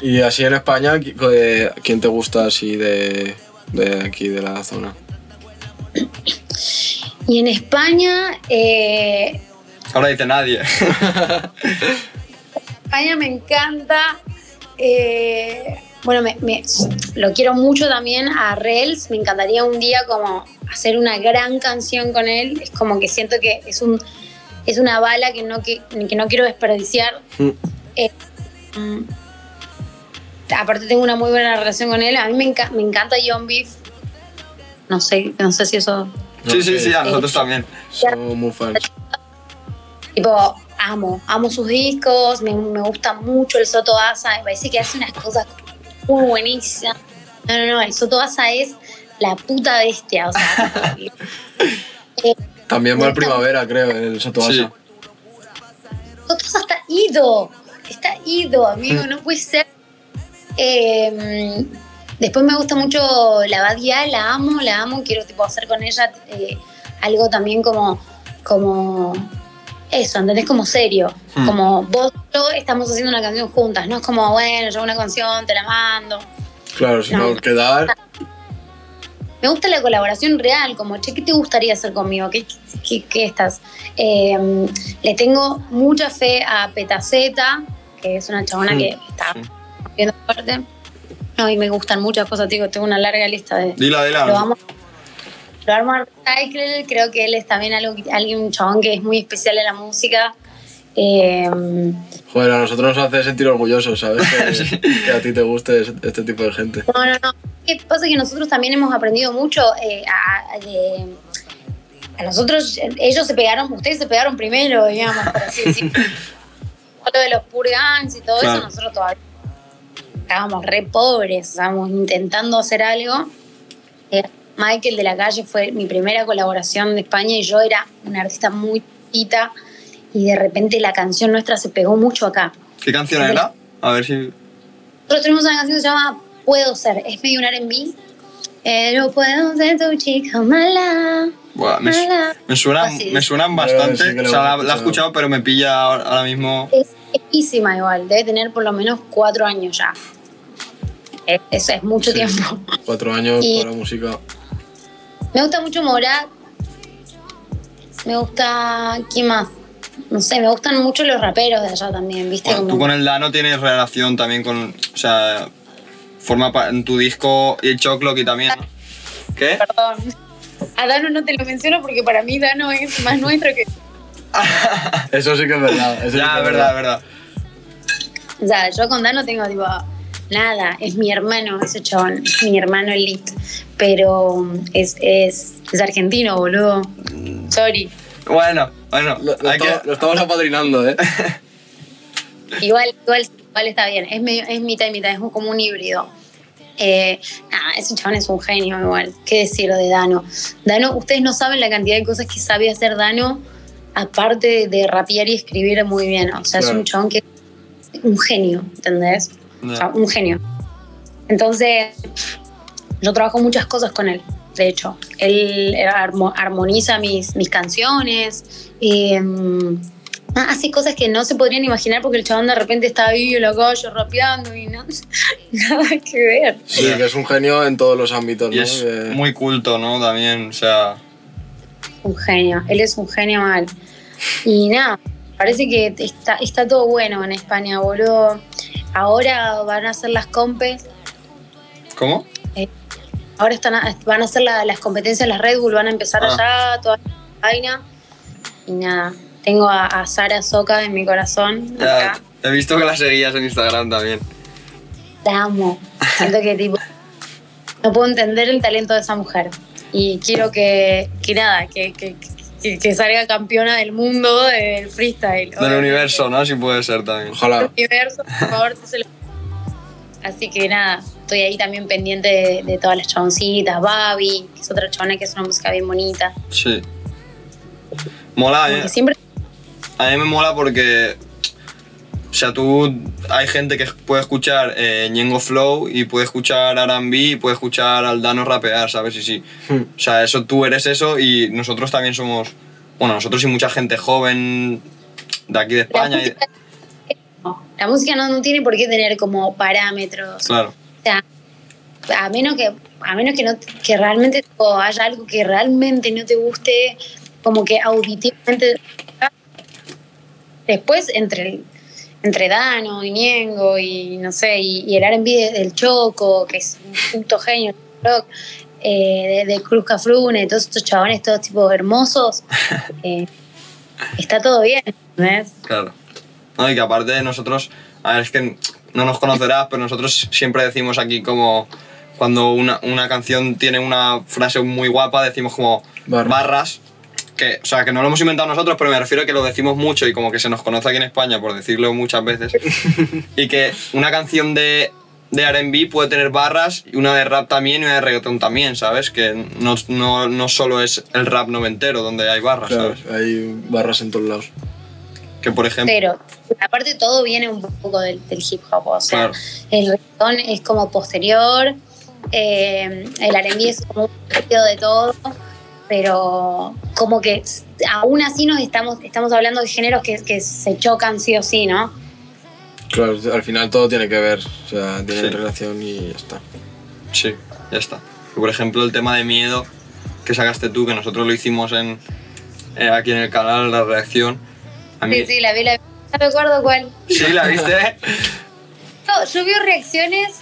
Y así en España, qui- eh, ¿quién te gusta así de, de aquí, de la zona?
Y en España, eh,
Ahora dice
[LAUGHS]
nadie.
España me encanta. eh, Bueno, me, me- lo quiero mucho también a Rels. Me encantaría un día como hacer una gran canción con él. Es como que siento que es un es una bala que no, que, que no quiero desperdiciar.
Mm.
Eh, mm, aparte tengo una muy buena relación con él. A mí me, enca- me encanta John Beef. No sé, no sé si eso...
Sí, sí, sí, a nosotros también.
Somos muy fans.
Tipo, amo, amo sus discos, me, me gusta mucho el Soto Asa, me parece que hace unas cosas muy buenísimas. No, no, no, el Soto Asa es la puta bestia, o sea. eh,
También va al primavera, creo, el Sotoasa.
Sí.
Soto Asa está ido, está ido, amigo, no puede ser. Eh, después me gusta mucho la Badía, la amo, la amo, quiero tipo hacer con ella eh, algo también como, como eso, ¿entendés? Como serio.
Hmm.
Como vos y yo estamos haciendo una canción juntas, no es como, bueno, yo hago una canción, te la mando.
Claro, si no,
No.
quedar.
Me gusta la colaboración real, como, che, ¿qué te gustaría hacer conmigo? ¿Qué, qué- qué estás? Eh, le tengo mucha fe a Petaceta, que es una chabona
Hmm.
que está viendo fuerte. No, y me gustan muchas cosas, te digo, tengo una larga lista de...
Dila,
lo
dila.
amo. Lo amo a Recycle, creo que él es también algo, alguien, un chabón que es muy especial en la música. Eh, no,
Joder, a nosotros nos hace sentir orgullosos, ¿sabes? Que,
[LAUGHS]
que a ti te guste es- este tipo de gente.
no, no. ¿Qué pasa? Que nosotros también hemos aprendido mucho eh, a, a- de- a nosotros, ellos se pegaron, ustedes se pegaron primero, digamos, por así decirlo. Todo lo de los purgans y todo
Claro.
eso, nosotros todavía estábamos re pobres, estábamos intentando hacer algo. Eh, Michael de la calle fue mi primera colaboración de España y yo era una artista muy chiquita y de repente la canción nuestra se pegó mucho acá.
¿Qué canción era? A ver si.
Nosotros tenemos una canción que se llama Puedo Ser, es medio un R&B. Eh, no puedo ser tu chica mala,
Buah, me, su-
mala.
me suenan,
Así es.
me suenan
Yo sí que
bastante.
lo
o sea, la,
he
la he escuchado, pero me pilla ahora, ahora mismo.
Es viejísima igual, debe tener por lo menos cuatro años ya. Eh, Eso es mucho
Sí.
tiempo.
Cuatro años
Y-
para música.
Me gusta mucho Morat. Me gusta. ¿Quién más? No sé, me gustan mucho los raperos de allá también, ¿viste?
Bueno, tú
Como-
con el Dano tienes relación también con. O sea, forma pa- en tu disco y el Choclocky también. ¿no? ¿Qué?
Perdón. A Dano no te lo menciono porque para mí Dano es más nuestro que.
Eso sí que es verdad. Eso sí
Ya,
que
es
es
verdad, es verdad.
O sea, yo con Dano tengo tipo. Nada, es mi hermano ese chabón, es mi hermano elite. Pero um, es, es, es argentino, boludo. Sorry.
Bueno, bueno.
Lo, lo
hay que-
estamos- lo estamos apadrinando, ¿eh?
Igual, igual, igual está bien, es, medio- es mitad y mitad, es un- como un híbrido. Eh, nada, ese chabón es un genio igual, qué decir de Dano. Dano, ustedes no saben la cantidad de cosas que sabe hacer Dano, aparte de, de rapear y escribir muy bien. O sea, es
Claro.
un chabón que un genio, ¿entendés?
Ya.
O sea, un genio. Entonces, yo trabajo muchas cosas con él, de hecho. Él armo- armoniza mis, mis canciones, eh, hace cosas que no se podrían imaginar porque el chabón de repente está ahí en la calle rapeando y no, [LAUGHS] nada que ver.
Sí, que es un genio en todos los ámbitos,
Y
¿no?
es
Que-
muy culto, ¿no? También, o sea.
Un genio, él es un genio mal. Y nada, parece que está, está todo bueno en España, boludo. Ahora van a hacer las compes
¿Cómo?
Ahora están a- van a hacer la- las competencias, las Red Bull van a empezar
Ah.
allá, toda la vaina. Y nada, tengo a, a Sara Soca en mi corazón.
Ya,
acá.
he visto que la seguías en Instagram también.
La amo. Siento que tipo, no puedo entender el talento de esa mujer. Y quiero que, que nada, que, que- que- que salga campeona del mundo del freestyle.
Del universo, ¿no? Si puede ser también.
Ojalá.
universo, por favor, [LAUGHS] tú se lo- Así que nada, estoy ahí también pendiente de, de todas las chaboncitas, Babi, que es otra chabona que es una música bien bonita.
Sí. Mola, a mí,
Como que siempre
a mí me mola porque. O sea, tú. Hay gente que puede escuchar eh, Ñengo Flow y puede escuchar RB y puede escuchar Aldano rapear, ¿sabes? Y sí.
Hmm.
O sea, eso tú eres eso y nosotros también somos. Bueno, nosotros y mucha gente joven de aquí de
la
España. y-
música, no, la música no, no tiene por qué tener como parámetros.
claro.
O sea, a menos que, a menos que, no, que realmente tipo, haya algo que realmente no te guste, como que auditivamente. Después, entre el, entre Dano y Niengo y no sé, y, y el R&B del Choco, que es un puto genio del rock, eh, de, de Cruz Cafrune, todos estos chabones, todos tipos hermosos, eh, está todo bien, ¿ves?
Claro. No, y que aparte de nosotros, a ver, es que no nos conocerás, pero nosotros siempre decimos aquí como cuando una, una canción tiene una frase muy guapa, decimos como
Barras.
barras. Que, o sea, que no lo hemos inventado nosotros, pero me refiero a que lo decimos mucho y como que se nos conoce aquí en España por decirlo
[LAUGHS]
muchas veces. y que una canción de, de RB puede tener barras, y una de rap también y una de reggaetón también, ¿sabes? Que no, no, no solo es el rap noventero donde hay barras,
Claro,
¿sabes?
hay barras en todos lados.
Que por ejemplo.
Pero aparte todo viene un poco del, del hip hop, o sea,
Claro.
el reggaetón es como posterior, eh, el R&B es como un poquito de todo, pero como que s- aún así nos estamos, estamos hablando de géneros que, que se chocan sí o sí, ¿no?
Claro, al final todo tiene que ver, o sea, tiene
Sí.
relación y ya está.
Sí, ya está. Por ejemplo, el tema de miedo que sacaste tú, que nosotros lo hicimos en, eh, aquí en el canal, la reacción. A mí,
Sí, sí, la vi, la vi. No recuerdo cuál.
[LAUGHS] Sí, la viste.
[LAUGHS] No, yo veo reacciones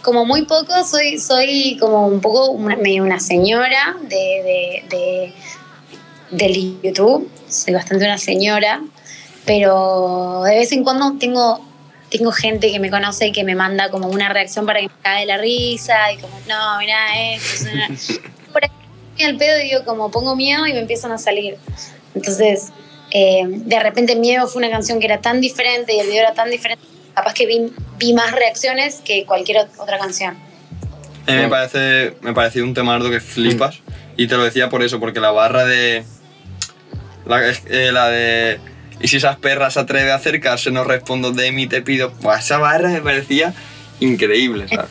como muy poco, soy, soy como un poco una- medio una señora de, de, de- del YouTube, soy bastante una señora, pero de vez en cuando tengo, tengo gente que me conoce y que me manda como una reacción para que me cae la risa y como, no, mirá eh, esto, es una-". Por ahí me al pedo y digo como pongo miedo y me empiezan a salir. Entonces, eh, de repente Miedo fue una canción que era tan diferente y el video era tan diferente, capaz que vi, vi más reacciones que cualquier ot- otra canción.
A mí Eh, me, parece, me pareció un temardo que flipas. Y te lo decía por eso, porque la barra de. La, eh, la de. Y si esas perras se atreve a acercarse, no respondo de mí, te pido. Buah, esa barra me parecía increíble,
[LAUGHS]
¿sabes?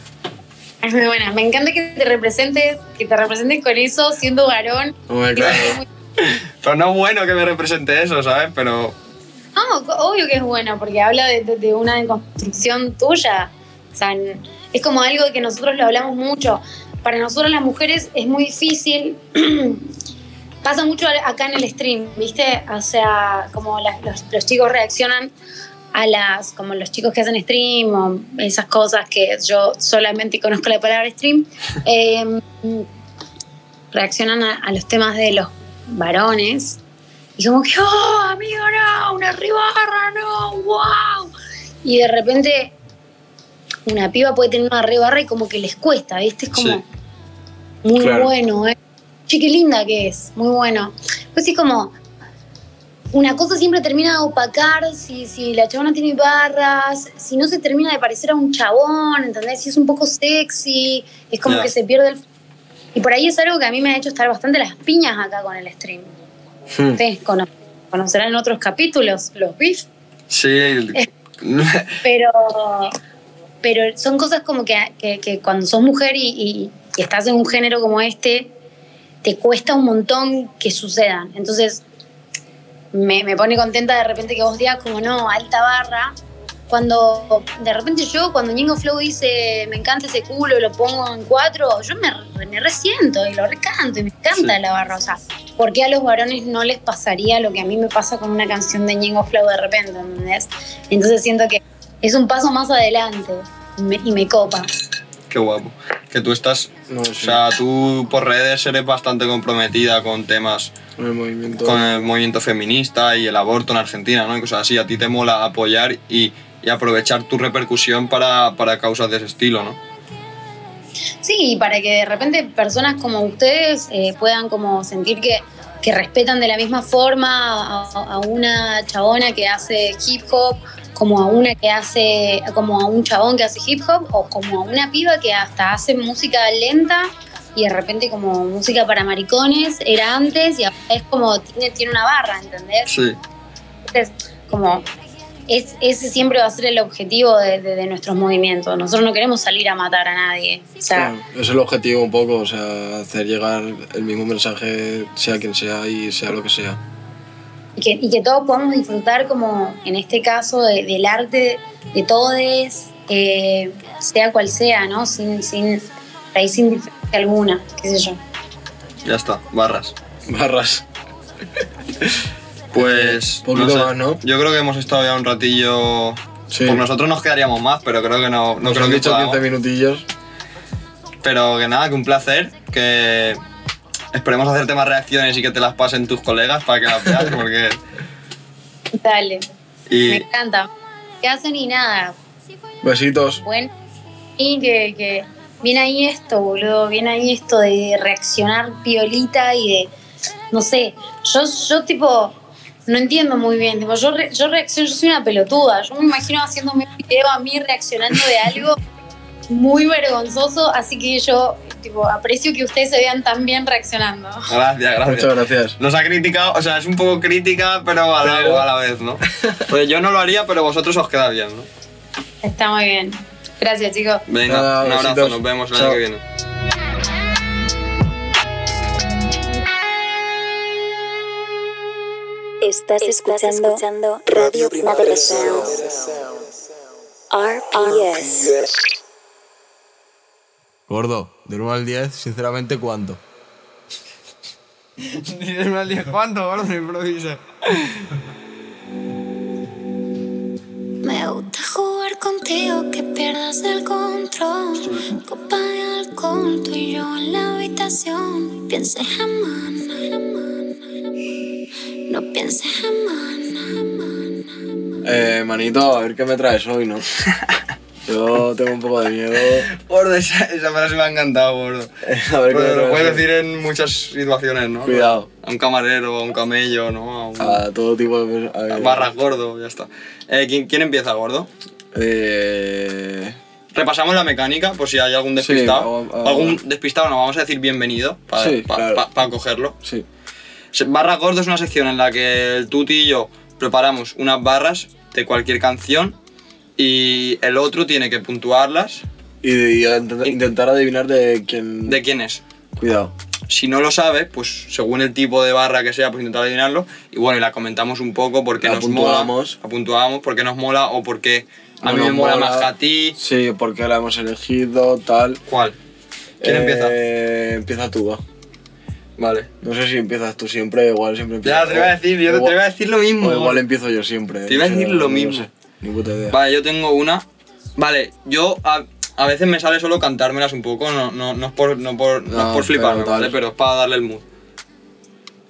Es muy buena. Me encanta que te representes, que te representes con eso siendo varón.
Hombre,
Digo,
claro.
es muy-
Pero no es bueno que me represente eso, ¿sabes? Pero
No, co- obvio que es bueno, porque habla de, de- de una deconstrucción tuya. O sea, n- es como algo que nosotros lo hablamos mucho. Para nosotros las mujeres es muy difícil. [CLEARS THROAT] Pasa mucho a- acá en el stream, ¿viste? O sea, como las- los, los chicos reaccionan a las, como los chicos que hacen stream o esas cosas que yo solamente conozco la palabra stream, eh, reaccionan a, a los temas de los varones y como que, oh, amigo, no, una rebarra, no, wow. Y de repente una piba puede tener una rebarra y como que les cuesta, ¿viste? Es como
Sí.
muy
Claro.
bueno, ¿eh? Che, qué linda que es, muy bueno. Pues sí, como una cosa siempre termina de opacar si, si la chabona tiene barras, si no se termina de parecer a un chabón, ¿entendés? Si es un poco sexy, es como
Ya.
que se pierde el... Y por ahí es algo que a mí me ha hecho estar bastante las piñas acá con el stream.
Hmm.
Ustedes cono- conocerán en otros capítulos los beef, [LAUGHS]
sí. el-
pero, pero son cosas como que, que- que cuando sos mujer y, y- y estás en un género como este, te cuesta un montón que sucedan. Entonces, me, me pone contenta de repente que vos digas como, no, alta barra. Cuando de repente yo, cuando Ñengo Flow dice, me encanta ese culo, lo pongo en cuatro, yo me, me resiento y lo recanto y me encanta
Sí.
la barra. O sea, ¿por qué a los varones no les pasaría lo que a mí me pasa con una canción de Ñengo Flow de repente? ¿entendés? Entonces siento que es un paso más adelante y me, y me copa.
Qué guapo. Que tú estás.
No,
O
sí,
sea, tú por redes eres bastante comprometida con temas,
con el movimiento.
con el movimiento feminista y el aborto en Argentina, ¿no? Y cosas así. A ti te mola apoyar y, y aprovechar tu repercusión para, para causas de ese estilo, ¿no?
Sí, y para que de repente personas como ustedes eh, puedan como sentir que, que respetan de la misma forma a, a una chabona que hace hip hop, como a una que hace, como a un chabón que hace hip hop, o como a una piba que hasta hace música lenta y de repente como música para maricones era antes y ahora es como tiene, tiene una barra, ¿entendés?
Sí.
Entonces, como es, ese siempre va a ser el objetivo de, de- de nuestros movimientos. Nosotros no queremos salir a matar a nadie. O sea,
Claro, es el objetivo un poco, o sea, hacer llegar el mismo mensaje, sea quien sea y sea lo que sea. [LAUGHS]
y, que, y que todos podamos disfrutar, como en este caso, de- del arte de todos, eh, sea cual sea, ¿no? Sin, sin, ahí sin diferencia alguna, qué sé yo.
Ya está, barras.
Barras.
Pues.
Eh, Poquito más, ¿no?
Yo creo que hemos estado ya un ratillo.
Sí.
Por nosotros nos quedaríamos más, pero creo que no, no
Nos
creo
han
que
dicho
podamos.
15 minutillos.
Pero que nada, que un placer, que esperemos hacerte más reacciones y que te las pasen tus colegas para que las veas, porque...
Dale, me
Y
encanta. Que hacen y nada,
Besitos.
bueno. Y que, que viene ahí esto, boludo, viene ahí esto de reaccionar piolita y de, no sé, yo, yo tipo, no entiendo muy bien, tipo, yo, re- yo reacciono, yo soy una pelotuda, yo me imagino haciéndome un video a mí reaccionando de algo muy vergonzoso, así que yo, tipo, aprecio que ustedes se vean tan bien reaccionando.
gracias, gracias.
Muchas gracias.
Nos ha criticado, o sea, es un poco crítica, pero algo a la
[LAUGHS]
vez, ¿no? Pues yo no lo haría, pero vosotros os queda bien, ¿no?
Está muy bien. Gracias, chicos.
Venga,
Nada,
un abrazo,
besitos.
nos vemos el
Chao.
año que viene.
Estás escuchando, Radio Primavera Sound. RPS.
Gordo, del 1 al 10, sinceramente,
[LAUGHS]
¿cuánto?
Dices mal 10 cuánto, gordo, improvisa.
Me gusta jugar contigo, que pierdas el control. Copa de alcohol, tú y yo en la habitación. Pienses en mana, no pienses en mana.
Eh, manito, a ver qué me traes hoy,
[LAUGHS]
¿no? Yo tengo un poco de miedo.
Gordo, esa, esa frase me ha encantado, gordo.
[LAUGHS] A ver qué me
Pero lo
traes hoy.
puedes decir en muchas situaciones, ¿no?
Cuidado.
A un camarero, a un camello, ¿no? A un
A todo tipo de cosas. A ver.
barras gordo, ya está. Eh, ¿quién, ¿Quién empieza, gordo?
Eh,
Repasamos la mecánica por si hay algún despistado.
Sí, o- o-
algún despistado no, vamos a decir bienvenido para
Sí, claro.
cogerlo.
sí.
Se- Barra Gordo es una sección en la que el Tuti y yo preparamos unas barras de cualquier canción y el otro tiene que puntuarlas
Y, y a intent- intentar adivinar de quién.
de quién es.
Cuidado.
Si no lo sabe, pues según el tipo de barra que sea, pues intentar adivinarlo. Y bueno, y la comentamos un poco porque
La
nos
puntuamos.
mola. La puntuamos porque nos mola o porque a
No
mí me
nos
mola más que a ti.
Sí, porque la hemos elegido, tal.
¿Cuál? ¿Quién
Eh,
empieza?
Empieza tú, va.
Vale.
No sé si empiezas tú siempre, igual siempre empiezas
Ya, te iba a decir, yo te- te iba a decir lo mismo.
O igual
gordo.
empiezo yo siempre.
Te iba a decir lo mismo.
ni puta idea.
Vale, yo tengo una. Vale, yo a, a veces me sale solo cantármelas un poco, no, no, no es por, no por, no
No,
es por fliparme,
pero tal.
¿vale? Pero es para darle el mood.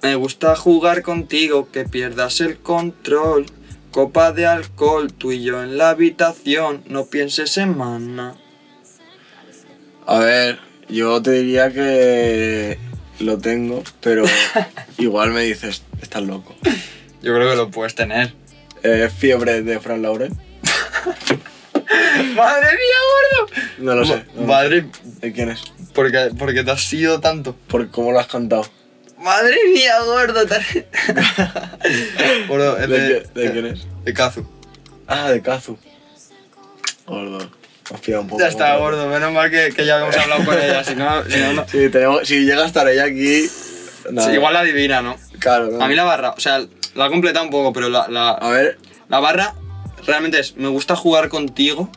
Me gusta jugar contigo, que pierdas el control. Copa de alcohol, tú y yo en la habitación, no pienses en mana.
A ver, yo te diría que lo tengo,
[LAUGHS]
pero igual me dices, estás loco.
Yo creo que lo puedes tener.
Eh, fiebre de Fran Lauren.
[LAUGHS] ¡Madre mía,
No lo sé. no lo
Madre,
sé. ¿De quién es?
¿por qué, por qué te has ido tanto?
Por cómo lo has cantado.
¡Madre mía, gordo! te- [LAUGHS] Gordo, es
¿De, qué- de quién es?
de Kazu.
Ah, de Kazu. Gordo. Me has pillado un poco.
Ya está, gordo, menos mal que, que ya habíamos hablado con ella, si no, si no, no-
Sí, tenemos- si llega a estar ella aquí. nada.
Sí, igual la adivina, ¿no?
Claro, no.
A mí la barra, o sea, la ha completado un poco, pero la,
A
la,
ver,
la barra realmente es, me gusta jugar contigo,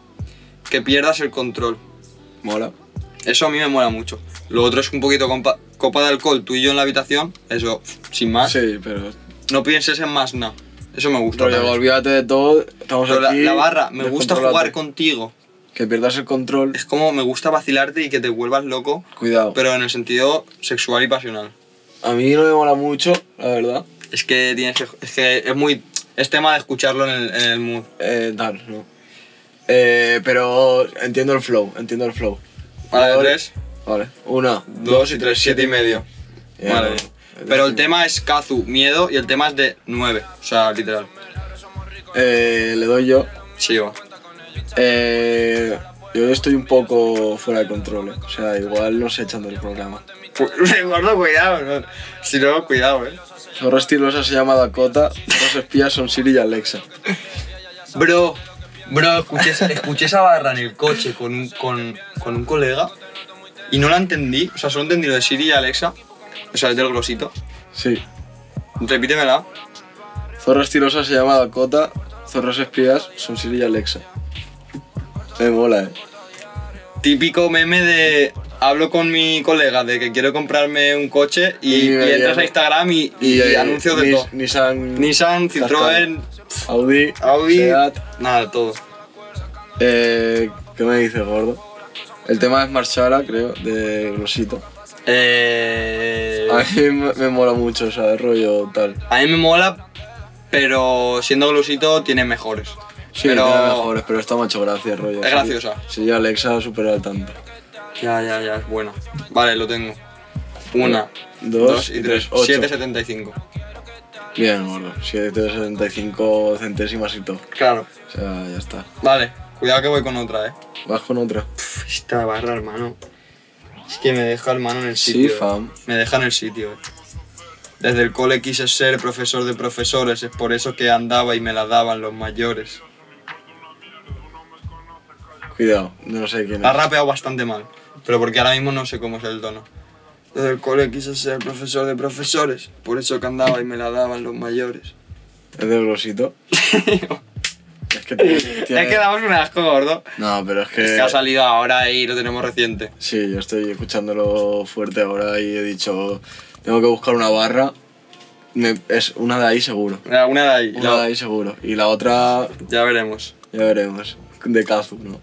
que pierdas el control.
mola.
Eso a mí me mola mucho. Lo otro es un poquito compa- copa de alcohol, tú y yo en la habitación, eso, sin más.
Ah. Sí, pero.
No pienses en más nada. Eso me gusta.
Rollo,
también.
olvídate de todo. Estamos
Pero la,
aquí.
la barra, me gusta jugar
descontrolate.
contigo.
Que pierdas el control.
Es como me gusta vacilarte y que te vuelvas loco,
Cuidado.
pero en el sentido sexual y pasional.
A mí no me mola mucho, la verdad.
Es que tienes que. Es que es muy. Es tema de escucharlo en el, en el mood.
Eh, tal, no. Eh, pero entiendo el flow, entiendo el flow.
Vale,
Ahora-
tres,
Vale. Una,
dos y tres, siete y medio.
Ya,
Vale.
no.
bien. Pero el tema es Kazu, miedo, y el tema es de nueve. O sea, literal.
Eh, le doy yo.
Sí, va.
Eh, yo estoy un poco fuera de control, eh. o sea, igual no sé echando el programa.
[LAUGHS] Pues, Gordo, cuidado. ¿no? Si no, cuidado, eh.
Zorra estilosa se llama Dakota, los espías son Siri y Alexa.
Bro, bro, escuché, esa- escuché esa barra en el coche con un, con, con un colega y no la entendí. O sea, solo entendí lo de Siri y Alexa. O sea, es del grosito.
Sí.
Repítemela.
Zorra estilosa se llama Dakota, zorros espías son Siri y Alexa. Me mola, eh.
Típico meme de hablo con mi colega de que quiero comprarme un coche y,
Y-
y entras
y-
a Instagram y, y
eh,
anuncios de
Nis-
todo.
Nissan,
Nissan, Citroën,
Audi,
Audi,
Seat.
nada, de todo.
Eh, ¿Qué me dices, gordo? El tema es Marchara, creo, de Grosito.
Eh,
A mí me, me mola mucho, o sea, el rollo tal.
a mí me mola, pero siendo glosito tiene mejores.
Sí,
pero
tiene mejores, pero está macho gracia el rollo.
Es
Sí,
graciosa.
Sí, ya Alexa supera el tanto.
Ya, ya, ya, es bueno. Vale, lo tengo. Una,
Dos
dos,
y
y
tres,
tres.
ocho.
7,75.
Bien, gordo. 775 centésimas y todo.
Claro.
O sea, ya está.
Vale, cuidado que voy con otra, eh.
Vas con otra.
Pff, Pues Esta barra, hermano. Es que me deja, hermano, en el
Sí,
sitio. eh.
fam.
Me deja en el sitio, eh. Desde el cole quise ser profesor de profesores, es por eso que andaba y me la daban los mayores.
Cuidado, no sé quién es.
La ha rapeado bastante mal, pero porque ahora mismo no sé cómo es el tono. Desde el cole quise ser profesor de profesores, por eso que andaba y me la daban los mayores.
Es de Grosito. es que tiene-
Ya quedamos un asco, gordo.
No, pero es que.
Es que ha salido ahora y lo tenemos reciente.
Sí, yo estoy escuchándolo fuerte ahora y he dicho, tengo que buscar una barra. Me- es una de ahí seguro.
Mira, Una de ahí,
Una
la-
de ahí seguro. Y la otra,
ya veremos.
ya veremos. De Kazu,
[LAUGHS]
¿no?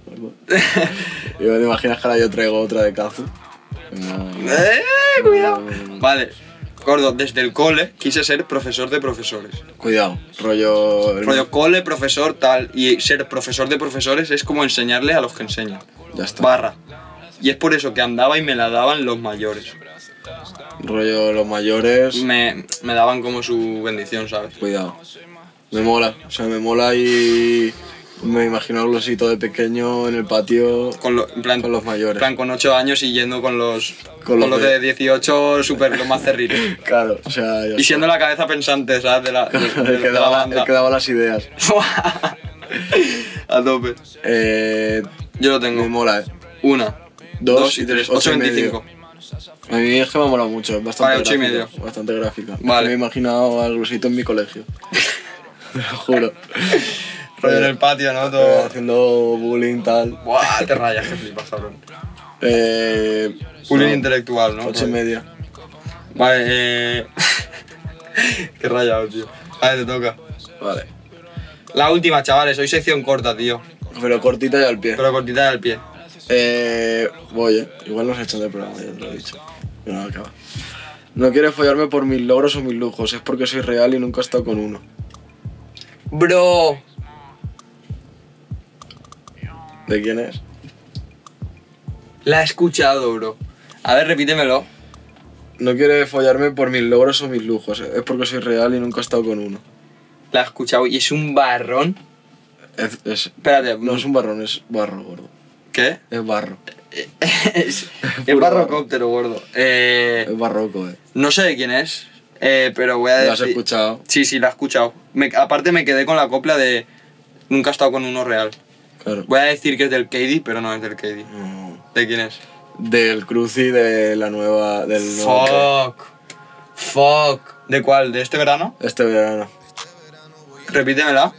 yo te imaginas que ahora yo traigo otra de Kazu. No,
¡Eh! Cuidado.
Mm.
Vale, gordo, desde el cole quise ser profesor de profesores.
Cuidado, rollo.
Rollo cole, profesor, tal. Y ser profesor de profesores es como enseñarle a los que enseñan.
Ya está.
Barra. Y es por eso que andaba y me la daban los mayores.
Rollo los mayores.
Me, me daban como su bendición, ¿sabes?
Cuidado. Me mola, o sea, me mola y. Me imagino el glosito de pequeño en el patio.
Con, lo- en plan,
Con los mayores.
en plan, con 8 años y yendo con los,
Con
con
los
los
de-
de 18, súper lo más cerritos.
Claro, o sea. ya
Y
está.
siendo la cabeza pensante, ¿sabes? De la, de- de-
[LAUGHS] el, que
de la
daba, el
banda.
que daba las ideas.
[LAUGHS] a tope.
Eh,
Yo lo tengo.
me mola, eh.
Una,
Dos
dos,
y
y
tres,
tres.
ocho y
8,25.
A mí es que me ha molado mucho, es bastante
Vale, ocho y
gráfica.
medio.
Bastante gráfica.
Vale.
Me he imaginado al grosito en mi
[LAUGHS]
colegio. Te lo juro.
Rollo en el patio, ¿no?
Eh,
Todo.
haciendo bullying, tal.
Buah, te rayas, que flipas, cabrón.
Eh,
Bullying
no,
intelectual, ¿no?
Ocho y media.
Vale, eh. [LAUGHS] Qué rayado, tío. Vale, te toca.
Vale.
La última, chavales, hoy sección corta, tío.
Pero cortita y al pie.
Pero cortita del pie.
Eh, voy, eh. Igual nos echan del programa, ya te lo he dicho. Pero no acaba. No quieres follarme por mis logros o mis lujos, es porque soy real y nunca he estado con uno.
Bro.
¿De quién es?
La he escuchado, bro. A ver, repítemelo.
No quiere follarme por mis logros o mis lujos, es porque soy real y nunca he estado con uno.
La he escuchado y es un barrón.
Es, es-
Espérate,
no es un barrón, es barro, gordo.
[LAUGHS] ¿qué?
Es barro.
es es
Puro
barrocóptero, gordo. Eh,
Es barroco, eh.
no sé de quién es, eh, pero voy a decir.
Lo has escuchado.
Sí, sí, la he escuchado. Me- aparte, me quedé con la copla de. Nunca he estado con uno real.
Claro.
Voy a decir que es del KD, pero no es del KD.
No.
¿De quién es?
Del cruci de la nueva. Del nuevo-
Fuck. Fuck. ¿De cuál? ¿De este verano?
Este verano.
Repítemela.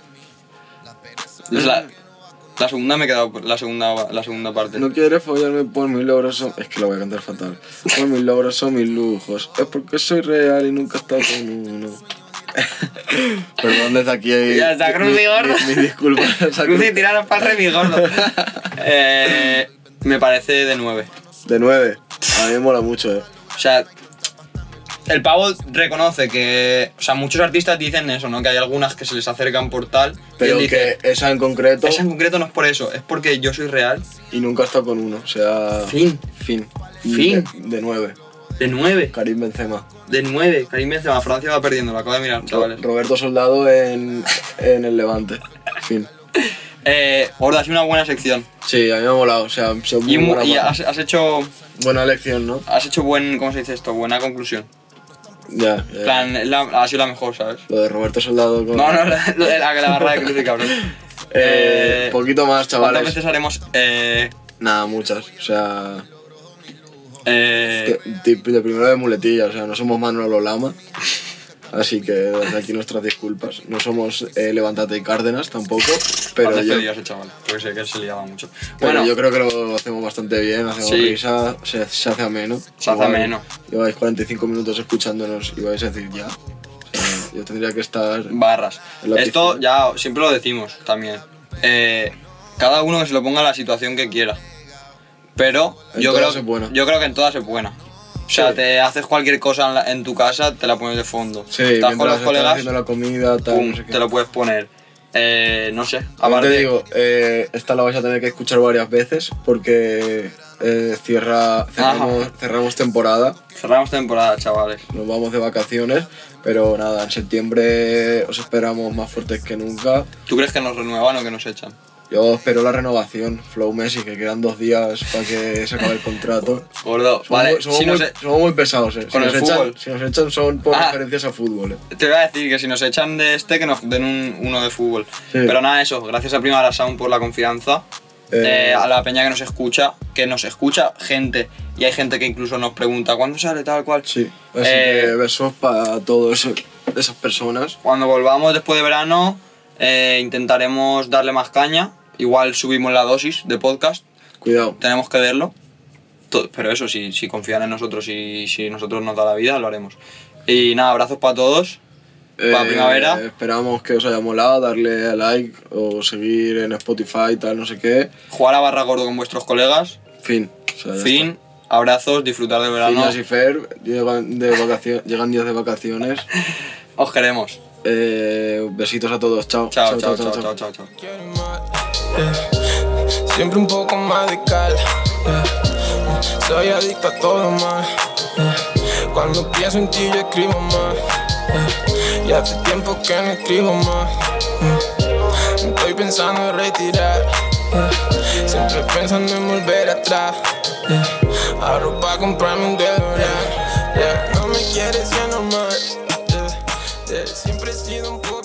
Es la, la segunda me he quedado. por- La segunda, la segunda parte.
No quieres follarme por mis logros o... Es que lo voy a cantar fatal. Por mis logros son mis lujos. Es porque soy real y nunca he estado con uno. [LAUGHS] Perdón desde aquí.
Ya está, Cruci,
mi-
gordo.
mi- Mis
[LAUGHS]
disculpas. a
Cruci, tirar los pases,
[LAUGHS]
mi gordo. Eh, me parece de 9.
De 9. A mí me mola mucho, eh.
O sea, el pavo reconoce que. O sea, muchos artistas dicen eso, ¿no? Que hay algunas que se les acercan por tal. y
Pero
él
que
dice.
esa en concreto
Esa en concreto no es por eso, es porque yo soy real.
y nunca está con uno. O sea.
Fin.
Fin.
Fin.
De, de nueve.
De 9.
Karim Benzema.
De 9. Karim Benzema, Francia va perdiendo, lo acabo de mirar,
Ro-
chavales.
Roberto Soldado en, en el Levante. Fin.
Eh, Gorda, ha sido una buena sección.
Sí, a mí me ha molado. O sea, ha sido muy
Y, mu-
buena,
y has, has hecho.
buena elección, ¿no?
Has hecho buen. ¿Cómo se dice esto? Buena conclusión.
Eh. Ya. ya.
En plan, es la- ha sido la mejor, ¿sabes?
Lo de Roberto Soldado con.
No, no, la, lo de la, la barra de cruce, cabrón.
[LAUGHS] Eh, poquito más,
¿Cuántas
chavales.
veces haremos eh,
Nada, muchas. O sea.
eh,
t- tip de primero de muletilla. O sea, no somos Manolo Lama. Así que desde aquí nuestras disculpas. No somos eh, Levántate y Cárdenas tampoco, pero,
Hace
yo,
despedido a ese chaval, porque sé que se liaba mucho.
pero
Bueno,
yo creo que lo hacemos bastante bien, hacemos
Sí.
risa, se, se hace ameno.
Se hace
Igual
ameno.
Lleváis 45 minutos escuchándonos y vais a decir ya. Eh, yo tendría que estar...
barras.
En la
Esto
piscina.
ya siempre lo decimos también. Eh, cada uno que se lo ponga a la situación que quiera. Pero
En
yo
todas
creo,
es buena.
yo creo que en todas es buena. O sea,
Sí.
te haces cualquier cosa en, la- en tu casa, te la pones de fondo.
Sí,
Estás con
mientras
los
estás
colegas,
haciendo la comida, tal,
pum,
no sé qué.
te lo puedes poner. Eh, no sé,
También
aparte
te digo, eh, esta la vais a tener que escuchar varias veces porque eh, cierra, cerramos, cerramos temporada,
cerramos temporada, chavales.
nos vamos de vacaciones, pero nada, en septiembre os esperamos más fuertes que nunca.
¿Tú crees que nos renuevan o que nos echan?
Yo espero la renovación, Flow Messi, que quedan dos días para que se acabe el contrato.
Gordo,
Somos,
vale,
muy- somos
si
muy,
nos e-
somos muy pesados, eh.
Con
si, nos
el
echan,
fútbol.
si nos echan son por
Ah.
referencias a fútbol. eh.
Te voy a decir que si nos echan de este, que nos den un- uno de fútbol. Pero nada, eso. Gracias a Primavera Sound por la confianza.
Eh,
Eh, a la peña que nos escucha, que nos escucha gente. Y hay gente que incluso nos pregunta cuándo sale tal cual.
Sí, así
Eh,
que besos para todas esas personas.
Cuando volvamos después de verano, eh, intentaremos darle más caña. Igual subimos la dosis de podcast.
Cuidado.
Tenemos que verlo. To- Pero eso, si, si confían en nosotros y si nosotros nos da la vida, lo haremos. Y nada, abrazos para todos. Para
Eh,
primavera.
Esperamos que os haya molado, darle a like o seguir en Spotify, tal, no sé qué.
Jugar a barra gordo con vuestros colegas.
Fin. O sea, ya
Fin. Abrazos, disfrutar del
está.
verano.
Finas y Fer llegan, de vacacio- llegan días de vacaciones.
Os queremos.
Eh, besitos a todos.
Chao, chao, chao, chao, chao. chao.
Quieren más, yeah. Siempre un poco más de cal. yeah. Soy adicto a todo mal. yeah. Cuando pienso en ti yo escribo más. yeah. Y hace tiempo que no escribo más. mm. Estoy pensando en retirar. yeah. Siempre pensando en volver atrás. yeah. Ahorro para comprarme un deodorante. yeah. No me quieres ya normal. Siempre he sido un poco